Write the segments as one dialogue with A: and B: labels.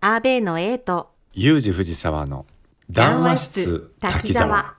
A: アーベイの A と
B: ユージ藤沢の談話室滝沢。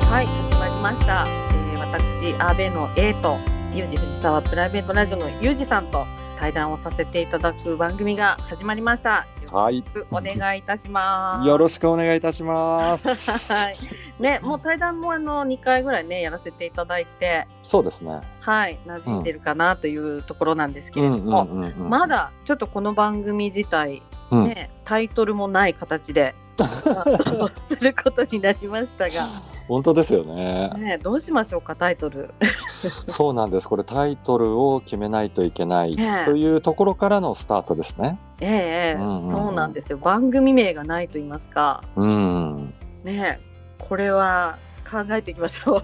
C: はい、始まりました。えー、私、阿部の A と、ユージ藤沢プライベートラジオのユージさんと対談をさせていただく番組が始まりました。よ
D: はい
C: ろしくお願いいたします。
D: よろしくお願いいたします。
C: はい。ね、もう対談もあの2回ぐらいね、やらせていただいて、
D: そうですね。
C: はい、馴染んでるかなというところなんですけ
D: う
C: れ
D: ん
C: ど
D: う
C: も、
D: んうんうん。
C: まだちょっとこの番組自体、
D: うん
C: ね、タイトルもない 形で、 することになりましたが、
D: 本当ですよ ね。
C: ね、どうしましょうか、タイトル。
D: そうなんです。これタイトルを決めないといけない
C: ねえ
D: というところからのスタートですね。
C: ええ
D: うんうんうん
C: そうなんですよ番組名がないと言いますか
D: うん。
C: ねえこれは考えていきましょう、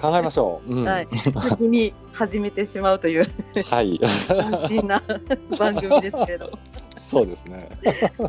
D: 考えましょう。うん
C: はい先に始めてしまうという
D: はい。
C: 肝 心な番組ですけど
D: そうですね。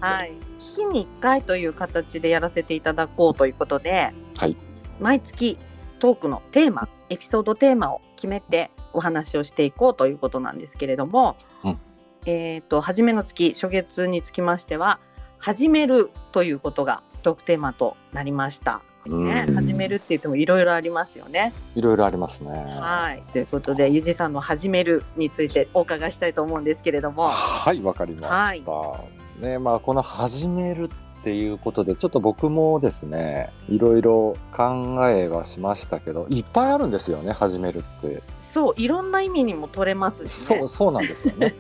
C: はい月に1回という形でやらせていただこうということで、
D: はい
C: 毎月トークのテーマエピソードテーマを決めてお話をしていこうということなんですけれども、
D: うん
C: えっ、と初めの月初月につきましては始めるということがトークテーマとなりました。ね、
D: うん
C: 始めるって言ってもいろいろありますよね。
D: いろいろありますね。
C: はい、ということでゆじさんの「始める」についてお伺いしたいと思うんですけれども。
D: はい、わかりました。ね、まあ、この始めるっていうことで、ちょっと僕もですね、いろいろ考えはしましたけど、いっぱいあるんですよね、始めるって。
C: そういろんな意味にも取れますし、ね、
D: そう、そうなんですよ ね。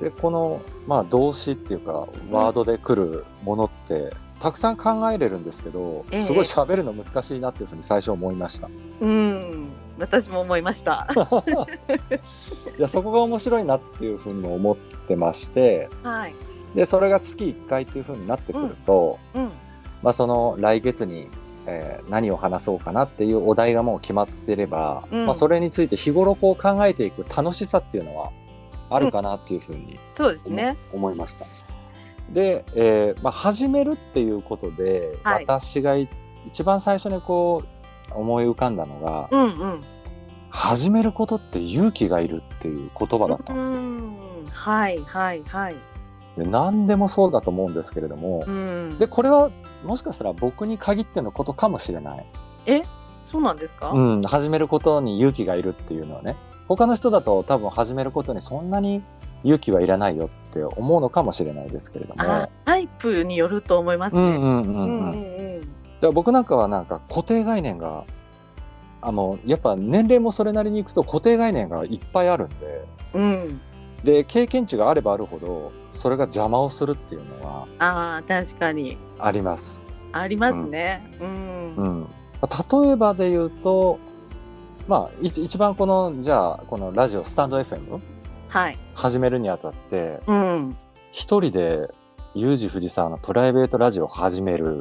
D: で、この、まあ、動詞っていうか、ワードで来るものって。たくさん考えれるんですけど、
C: ええ
D: すごい喋るの難しいなっていうふうに最初思いました。
C: うん私も思い ました。
D: いや、そこが面白いなっていうふうにも思ってまして、
C: はい、
D: で、それが月1回っていうふうになってくると、
C: うん、
D: まあ、その来月に、えー何を話そうかなっていうお題がもう決まってれば、
C: うん
D: まあ、それについて日頃こう考えていく楽しさっていうのはあるかなっていうふうに
C: そうです
D: 思,、
C: ね。
D: 思いました。で、えーまあ、始めるっていうことで、
C: はい
D: 私がい一番最初にこう思い浮かんだのが、
C: うんうん。
D: 始めることって勇気がいるっていう言葉だったんです
C: う
D: よ。
C: んはいはいはい。
D: で何でもそうだと思うんですけれども、
C: うん。
D: でこれはもしかしたら僕に限ってのことかもしれない。
C: そうなんですか？
D: うん、始めることに勇気がいるっていうのはね他の人だと多分始めることにそんなに勇気はいらないよって思うのかもしれないですけれど
C: あ
D: も、
C: タイプによると思います
D: う
C: ね。
D: んうんう
C: う
D: ん
C: ん
D: うんだか
C: うんうん。
D: ら僕なんかはなんか固定概念があのやっぱ年齢もそれなりにいくと固定概念がいっぱいあるんで
C: うん。
D: で経験値があればあるほどそれが邪魔をするっていうのは
C: ああ確かに
D: あります。
C: ありますね。うん。
D: うん、例えばで言うとまあいち一番このじゃあこのラジオスタンド FM
C: はい。
D: 始めるにあたって
C: うん。
D: 一人でユージ藤沢のプライベートラジオを始める、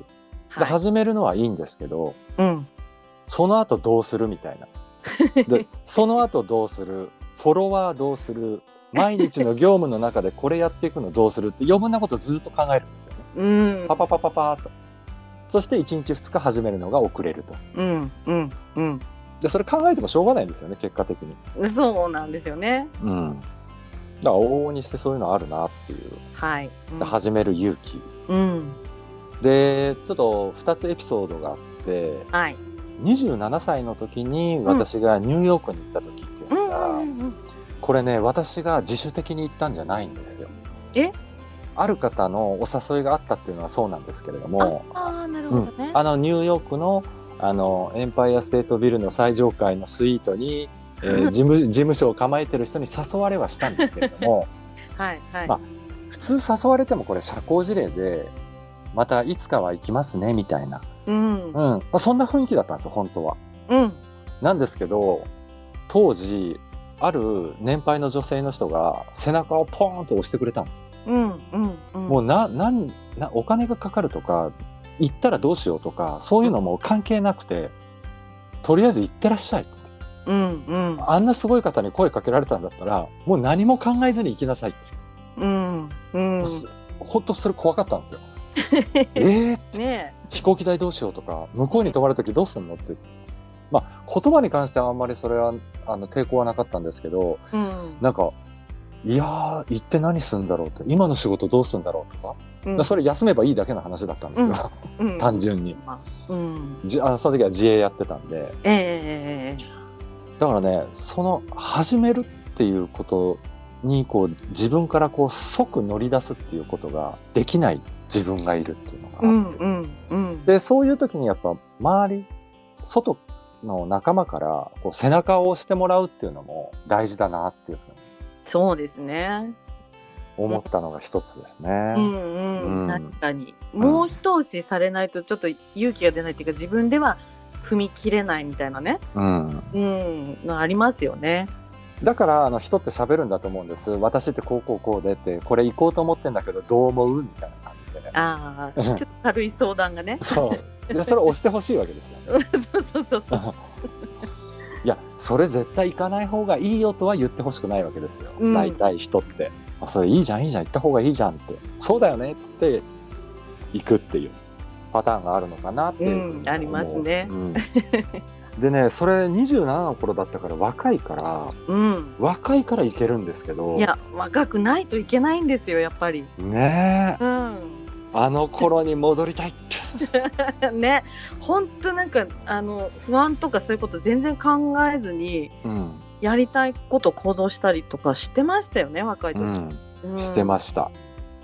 D: で
C: はい。
D: 始めるのはいいんですけど
C: うん。
D: その後どうするみたいな でその後どうするフォロワーどうする毎日の業務の中でこれやっていくのどうするって余分なことずっと考えるんですよね
C: うん。
D: パパパパパーっとそして1日2日始めるのが遅れると
C: うんうんうん。
D: でそれ考えてもしょうがないんですよね結果的に
C: そうなんですよね。
D: うんだから往々にしてそういうのあるなっていう
C: はい。うん
D: で始める勇気、
C: うん。
D: でちょっと2つエピソードがあって
C: はい。
D: 27歳の時に私がニューヨークに行った時っていう
C: う
D: の
C: んう
D: が、
C: んうんうん。
D: これね私が自主的に行ったんじゃないんですよ。
C: え
D: ある方のお誘いがあったっていうのはそうなんですけれども
C: ああなるほどね。
D: あのニューヨークのあのエンパイアステートビルの最上階のスイートに、えー事務事務所を構えてる人に誘われはしたんですけれど も
C: はいはい。
D: まあ普通誘われてもこれ社交辞令でまたいつかは行きますねみたいな
C: うん
D: うんまあ、そんな雰囲気だったんですよ本当は。
C: うん。
D: なんですけど当時ある年配の女性の人が背中をポーンと押してくれたんですよ
C: うんうんうん。
D: もうななんなお金がかかるとか行ったらどうしようとかそういうのも関係なくてとりあえず行ってらっしゃいっつって
C: うんうん
D: あんなすごい方に声かけられたんだったらもう何も考えずに行きなさいっつって
C: うんうん
D: すほんとそれ怖かったん ですよ。えー、
C: ね
D: 飛行機代どうしようとか向こうに泊まる時どうすんのって、まあ、言葉に関してはあんまりそれはあの抵抗はなかったんですけど
C: えうん
D: なんかいやー行って何すんだろうって今の仕事どうすんだろうとか,、
C: うん
D: それ休めばいいだけの話だったんですよ、
C: うん
D: 単純に
C: うん
D: じあのその時は自営やってたんで
C: えええええ
D: だからねその始めるっていうことにこう自分からこう即乗り出すっていうことができない自分がいるっていうのがあっ
C: え
D: て。
C: うんうんうん
D: でそういう時にやっぱ周り外の仲間からこう背中を押してもらうっていうのも大事だなっていうふうに
C: そうですね
D: 思ったのが一つですね。
C: うんう
D: うん
C: ん、確かに、
D: ん
C: もう一押しされないとちょっと勇気が出ないっていうか自分では踏み切れないみたいなね、
D: うん
C: うん、のありますよね。
D: だからあの人って喋るんだと思うんです私ってこうこうこうでってこれ行こうと思ってんだけどどう思うみたいな感じでね。
C: ああ、ちょっと軽い相談 がね。
D: そうでそれを押してほしいわけですよね。
C: そうそうそうそう。
D: いやそれ絶対行かない方がいいよとは言ってほしくないわけですよ、
C: うん
D: 大体人ってあそれいいじゃんいいじゃん行った方がいいじゃんってそうだよねっつって行くっていうパターンがあるのかなっていうふうに思う、
C: うんありますね
D: うんでねそれ27の頃だったから若いから
C: うん。
D: 若いから行けるんですけど
C: いや、若くないといけないんですよ、やっぱり。
D: ねえ
C: うん。
D: あの頃に戻りたいって
C: ね、本当なんか、あの、不安とかそういうこと全然考えずに。
D: うん、
C: やりたいこと行動したりとかしてましたよね、若い時。うん
D: してました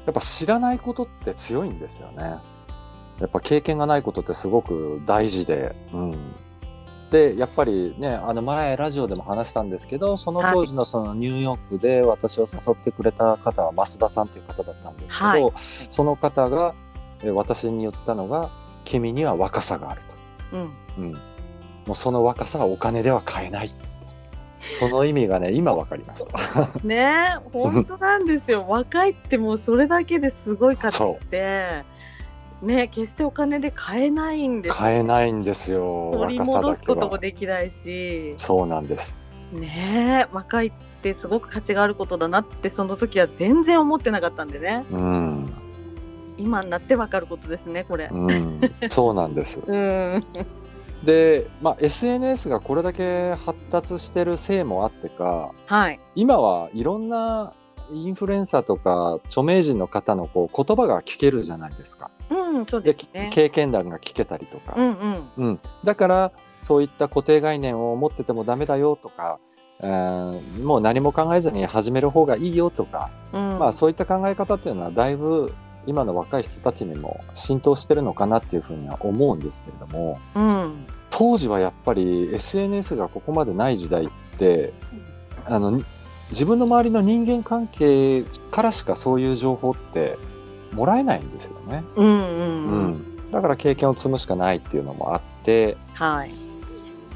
D: やっぱ知らないことって強いんですよねやっぱ経験がないことってすごく大事で、うん、でやっぱりねあの前ラジオでも話したんですけどその当時のそのニューヨークで私を誘ってくれた方は増田さんという方だったんですけど、
C: はい
D: その方がえ私に言ったのが「君には若さがある」
C: うん。
D: と、うん、もうその若さはお金では買えないって言ってその意味がね今分かりました。
C: ねえ本当なんですよ若いってもうそれだけですごい方
D: そ
C: ってねえ決してお金で買えないんです
D: 買えないんですよ
C: 取り
D: 若さ
C: 戻
D: だ
C: す
D: け
C: ことも
D: は
C: できないし
D: そうなんです
C: ねえ若いってすごく価値があることだなってその時は全然思ってなかったんでね
D: うん、
C: 今になってわかることですねこれ
D: うん、そうなんです
C: うん
D: で、まあ、SNS がこれだけ発達してるせいもあってか
C: はい
D: 今はいろんなインフルエンサーとか著名人の方のこう言葉が聞けるじゃないですか
C: うんそう
D: で
C: ですね
D: 経験談が聞けたりとか、
C: うんうん
D: だからそういった固定概念を持っててもダメだよとか、えーもう何も考えずに始める方がいいよとか
C: うん
D: まあそういった考え方っていうのはだいぶ今の若い人たちにも浸透してるのかなっていうふうには思うんですけれども
C: うん
D: 当時はやっぱり SNS がここまでない時代ってあの自分の周りの人間関係からしかそういう情報ってもらえないんですよね。
C: うんう
D: う
C: んうん
D: ん、だから経験を積むしかないっていうのもあって、
C: はい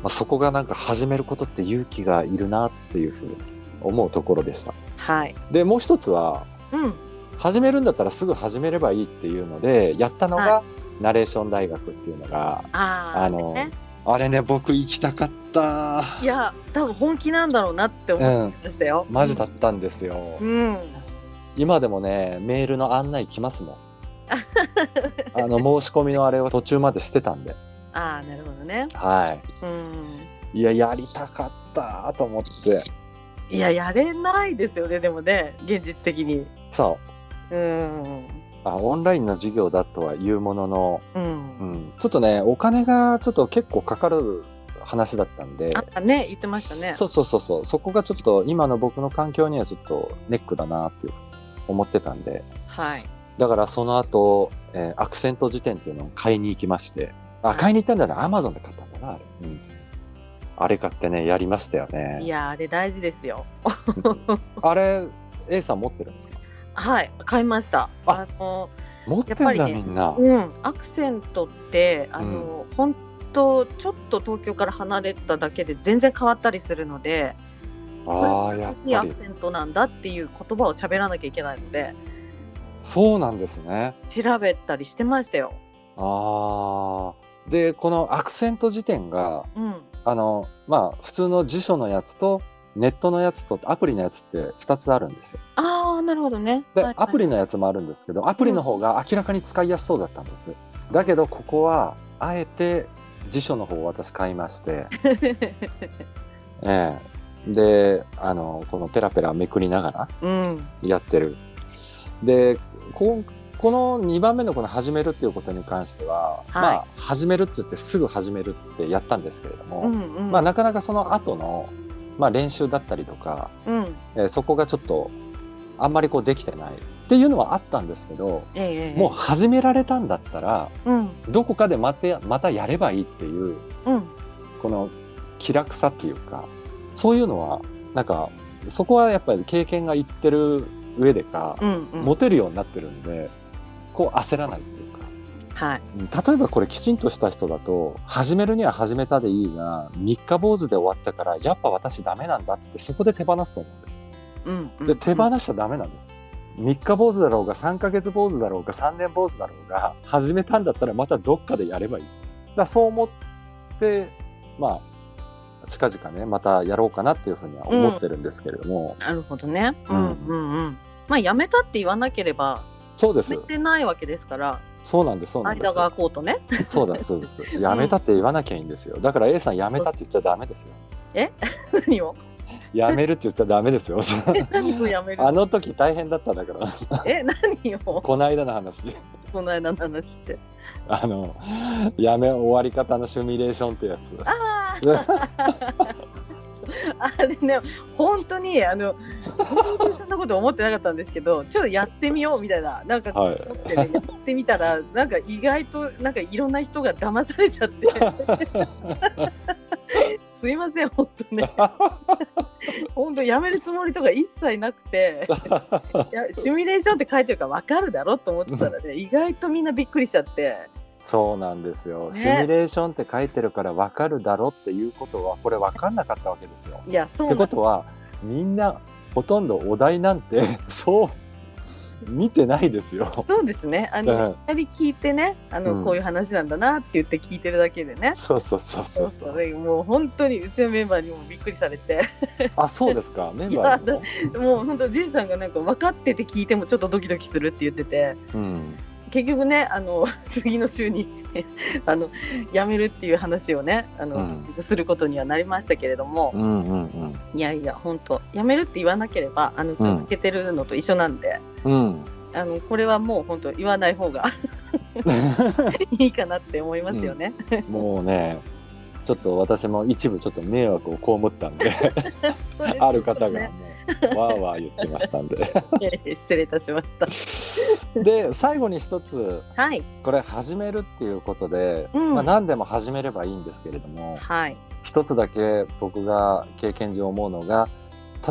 D: まあ、そこがなんか始めることって勇気がいるなっていうふうに思うところでした。
C: はい
D: でもう一つは
C: うん
D: 始めるんだったらすぐ始めればいいっていうのでやったのが
C: は
D: ナレーション大学っていうのが、
C: あー
D: あの
C: ね
D: あれね僕行きたかった
C: いや多分本気なんだろうなって思
D: う
C: っ
D: ん
C: てましたよ、
D: マジだったんですよ、
C: うん
D: 今でもねメールの案内来ますもんあの申し込みのあれを途中までしてたんで
C: ああなるほどね
D: は
C: うん
D: いいややりたかったと思って
C: いややれないですよねでもね現実的に
D: そう
C: うん
D: あオンラインの授業だとは言うものの、
C: う
D: うんん、ちょっとねお金がちょっと結構かかる話だったんで
C: あね言ってましたね
D: そうそうそうそうそこがちょっと今の僕の環境にはちょっとネックだなっていう思ってたんで
C: はい
D: だからその後、えーアクセント辞典っていうのを買いに行きましてあ買いに行ったんだなアマゾンで買ったんだなあれ、うん、あれ買ってねやりましたよ
C: い
D: ね
C: やあれ大事ですよ
D: あれ A さん持ってるんですか
C: はい買いましたあ
D: あ
C: の
D: 持ってん
C: やっ
D: だ、
C: ぱりね
D: みんな、
C: うんアクセントってあの、本当ちょっと東京から離れただけで全然変わったりするので
D: ああやっ
C: 欲しい
D: ぱ
C: ア
D: り
C: クセントなんだっていう言葉を喋らなきゃいけないので
D: そうなんですね
C: 調べたりしてましたよ
D: ああでこのアクセント辞典が
C: うん
D: あの、まあ、普通の辞書のやつと、ネットのやつとアプリのやつって2つあるんですよ。
C: ああ、なるほどね。
D: で、
C: はいはい
D: アプリのやつもあるんですけど、アプリの方が明らかに使いやすそうだったんです。だけど、ここは、あえて辞書の方を私買いまして、 ええで、あの、このペラペラめくりながら
C: うん。
D: やってる。で、ここの2番目のこの始めるっていうことに関しては、
C: はい
D: まあ、始めるって言ってすぐ始めるってやったんですけれども、
C: うんうん。
D: まあ、なかなかその後の、まあ、練習だったりとか、
C: うん。
D: えーそこがちょっとあんまりこうできてないっていうのはあったんですけど
C: ええええ
D: もう始められたんだったら
C: うん。
D: どこかでまたまたやればいいっていう
C: うん。
D: この気楽さっていうかそういうのはなんかそこはやっぱり経験がいってる上でか
C: う、ん。うん。
D: 持てるようになってるんでこう焦らないっていうか。
C: はい。
D: 例えばこれきちんとした人だと始めるには始めたでいいが三日坊主で終わったからやっぱ私ダメなんだっつってそこで手放すと思うんですよ
C: うん。うん
D: で手放しちゃダメなんです3日坊主だろうが3ヶ月坊主だろうが3年坊主だろうが始めたんだったらまたどっかでやればいいんですだからそう思ってまあ近々ねまたやろうかなっていうふうには思ってるんですけれども、
C: なるほどね。う
D: うんん
C: うんうん。まあやめたって言わなければ
D: そうで
C: や
D: す
C: めてないわけですから、
D: そうなんですそうなんで
C: 間
D: す
C: が空こうとね。
D: そうですそうですやめたって言わなきゃいいんですよだから A さんやめたって言っちゃダメですよ
C: 何を
D: やめるって言ったらダメです よ
C: 何をやめる
D: あの時大変だったんだから
C: え何を
D: この間の話
C: この間の話って。
D: あのやめ終わり方のシミュレーションってやつ
C: あ ああれね本当にあの本当にそんなこと思ってなかったんですけどちょっとやってみようみたいななんか
D: は
C: 思
D: い
C: って、ね、やってみたらなんか意外となんかいろんな人が騙されちゃって すいません本当ね本当やめるつもりとか一切なくていやシミュレーションって書いてるから分かるだろと思ってたらね意外とみんなびっくりしちゃって
D: そうなんですよ、
C: ね
D: シミュレーションって書いてるから分かるだろっていうことはこれ分かんなかったわけですよ。
C: いやそう
D: って
C: なんだ
D: ことはみんなほとんどお題なんて そう見てないですよ。
C: そうですね。あ
D: は
C: の、
D: い
C: いきなり聞いてね、あの、
D: うん
C: こういう話なんだなって言って聞いてるだけでね。
D: そうそうそうそうそ
C: そう
D: う。
C: ねもう本当にうちのメンバーにもびっくりされて、
D: あそうですかメンバーにも。
C: もう本当ジェイさんがなんか分かってて聞いてもちょっとドキドキするって言ってて、
D: うん、
C: 結局ね、あの 次の週にあの辞めるっていう話をね、あの、
D: う
C: することにはなりましたけれども
D: う、んうんうん
C: いやいや本当辞めるって言わなければあの続けてるのと一緒なんで、
D: うん。
C: あのこれはもう本当言わない方が いいかなって思いますよね。
D: もうねちょっと私も一部ちょっと迷惑を被った んで
C: そうです
D: ある方
C: ね
D: がもうわーわー言ってましたん で。
C: えー 失礼いたしました。
D: で最後に一つ
C: はい。
D: これ始めるっていうことで、
C: うん
D: まあ、何でも始めればいいんですけれども
C: はい。
D: 一つだけ僕が経験上思うのが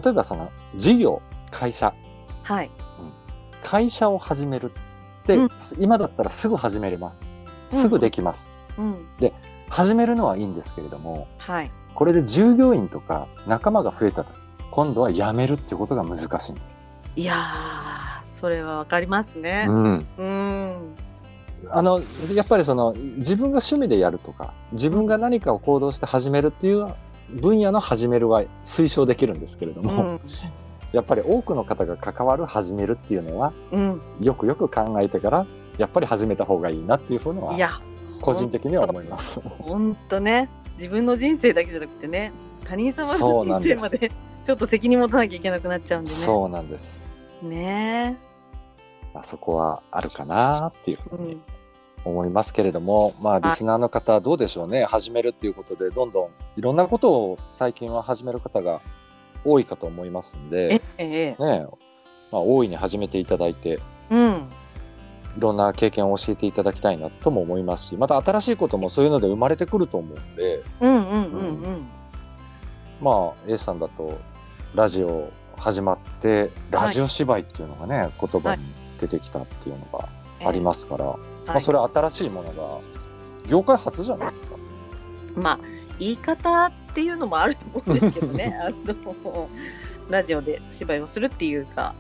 D: 例えばその事業会社
C: はい。
D: 会社を始めるって、
C: うん
D: 今だったらすぐ始めれますすぐできます、
C: うん。
D: 始めるのはいいんですけれども
C: はい。
D: これで従業員とか仲間が増えた時今度は辞めるってことが難しいんです、
C: いやー、それはわかりますね。
D: うん、
C: うん。
D: あのやっぱりその自分が趣味でやるとか自分が何かを行動して始めるっていう分野の始めるは推奨できるんですけれど
C: う
D: も、
C: ん。
D: やっぱり多くの方が関わる始めるっていうのは
C: うん。
D: よくよく考えてからやっぱり始めた方がいいなっていうふうの
C: い
D: は
C: や、
D: 個人的には思います。
C: ほんとね、自分の人生だけじゃなくてね、他人様
D: そうな
C: の
D: ん
C: 人生
D: で
C: ますで ちょっと責任持たなきゃいけなくなっちゃうんでね。
D: そうなんです。
C: ね
D: あそこはあるかなっていう
C: え。
D: ふ
C: う
D: うに
C: ん。
D: 思いますけれども、まあリスナーの方どうでしょうね始めるっていうことでどんどんいろんなことを最近は始める方が多いかと思いますんで。
C: えええ。
D: ねまあ、大いに始めていただいて
C: うん。
D: いろんな経験を教えていただきたいなとも思いますしまた新しいこともそういうので生まれてくると思うんで
C: うんうんうんうん。
D: まあ A さんだとラジオ始まってラジオ芝居っていうのがね、言葉に出てきたっていうのがありますから、
C: す。
D: まあ、それは新しいものが業界初じゃないですか。
C: まあ言い方っていうのもあると思うんですけどねあのラジオで芝居をするっていうか、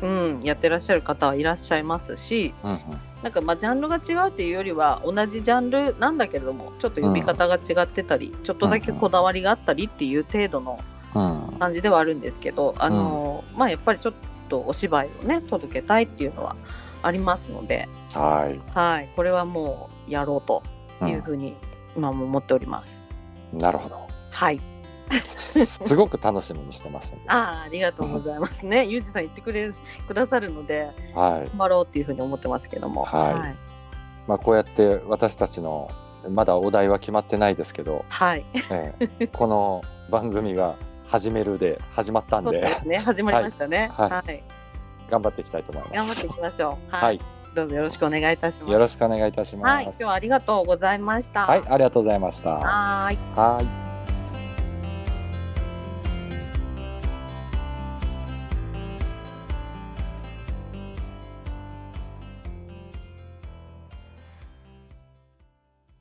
D: うん
C: うん、やってらっしゃる方はいらっしゃいますし、
D: うん
C: なんかまあジャンルが違うっていうよりは同じジャンルなんだけれどもちょっと呼び方が違ってたり、ちょっとだけこだわりがあったりっていう程度の
D: うん
C: 感じではあるんですけど、あのまあやっぱりちょっとお芝居をね届けたいっていうのはありますので、
D: はい、
C: はい、これはもうやろうと
D: う
C: いうふうに今も思っております。
D: んなるほ ど
C: はい、
D: すごく楽しみにしてますんで
C: あーありがとうございま すね。ゆうじさん言ってくれくださるので
D: はい
C: 頑張ろうっていうふうに思ってますけども、
D: はい
C: はい、
D: まあ、こうやって私たちのまだお題は決まってないですけど、
C: はい
D: え えこの番組が「始める」で始まったん
C: そう
D: で
C: ですね始まりましたね。
D: は
C: はいい、
D: は頑張っていきたいと思いま
C: 頑張っ
D: す
C: てい。きましょう。
D: はい、
C: どうぞよろしくお願いいたします。
D: よろしくお願いいたし
C: はい、
D: ま
C: 今
D: す。
C: 日はありがとうございました。
D: はい、ありがとうございました。
C: はーい。
D: はい。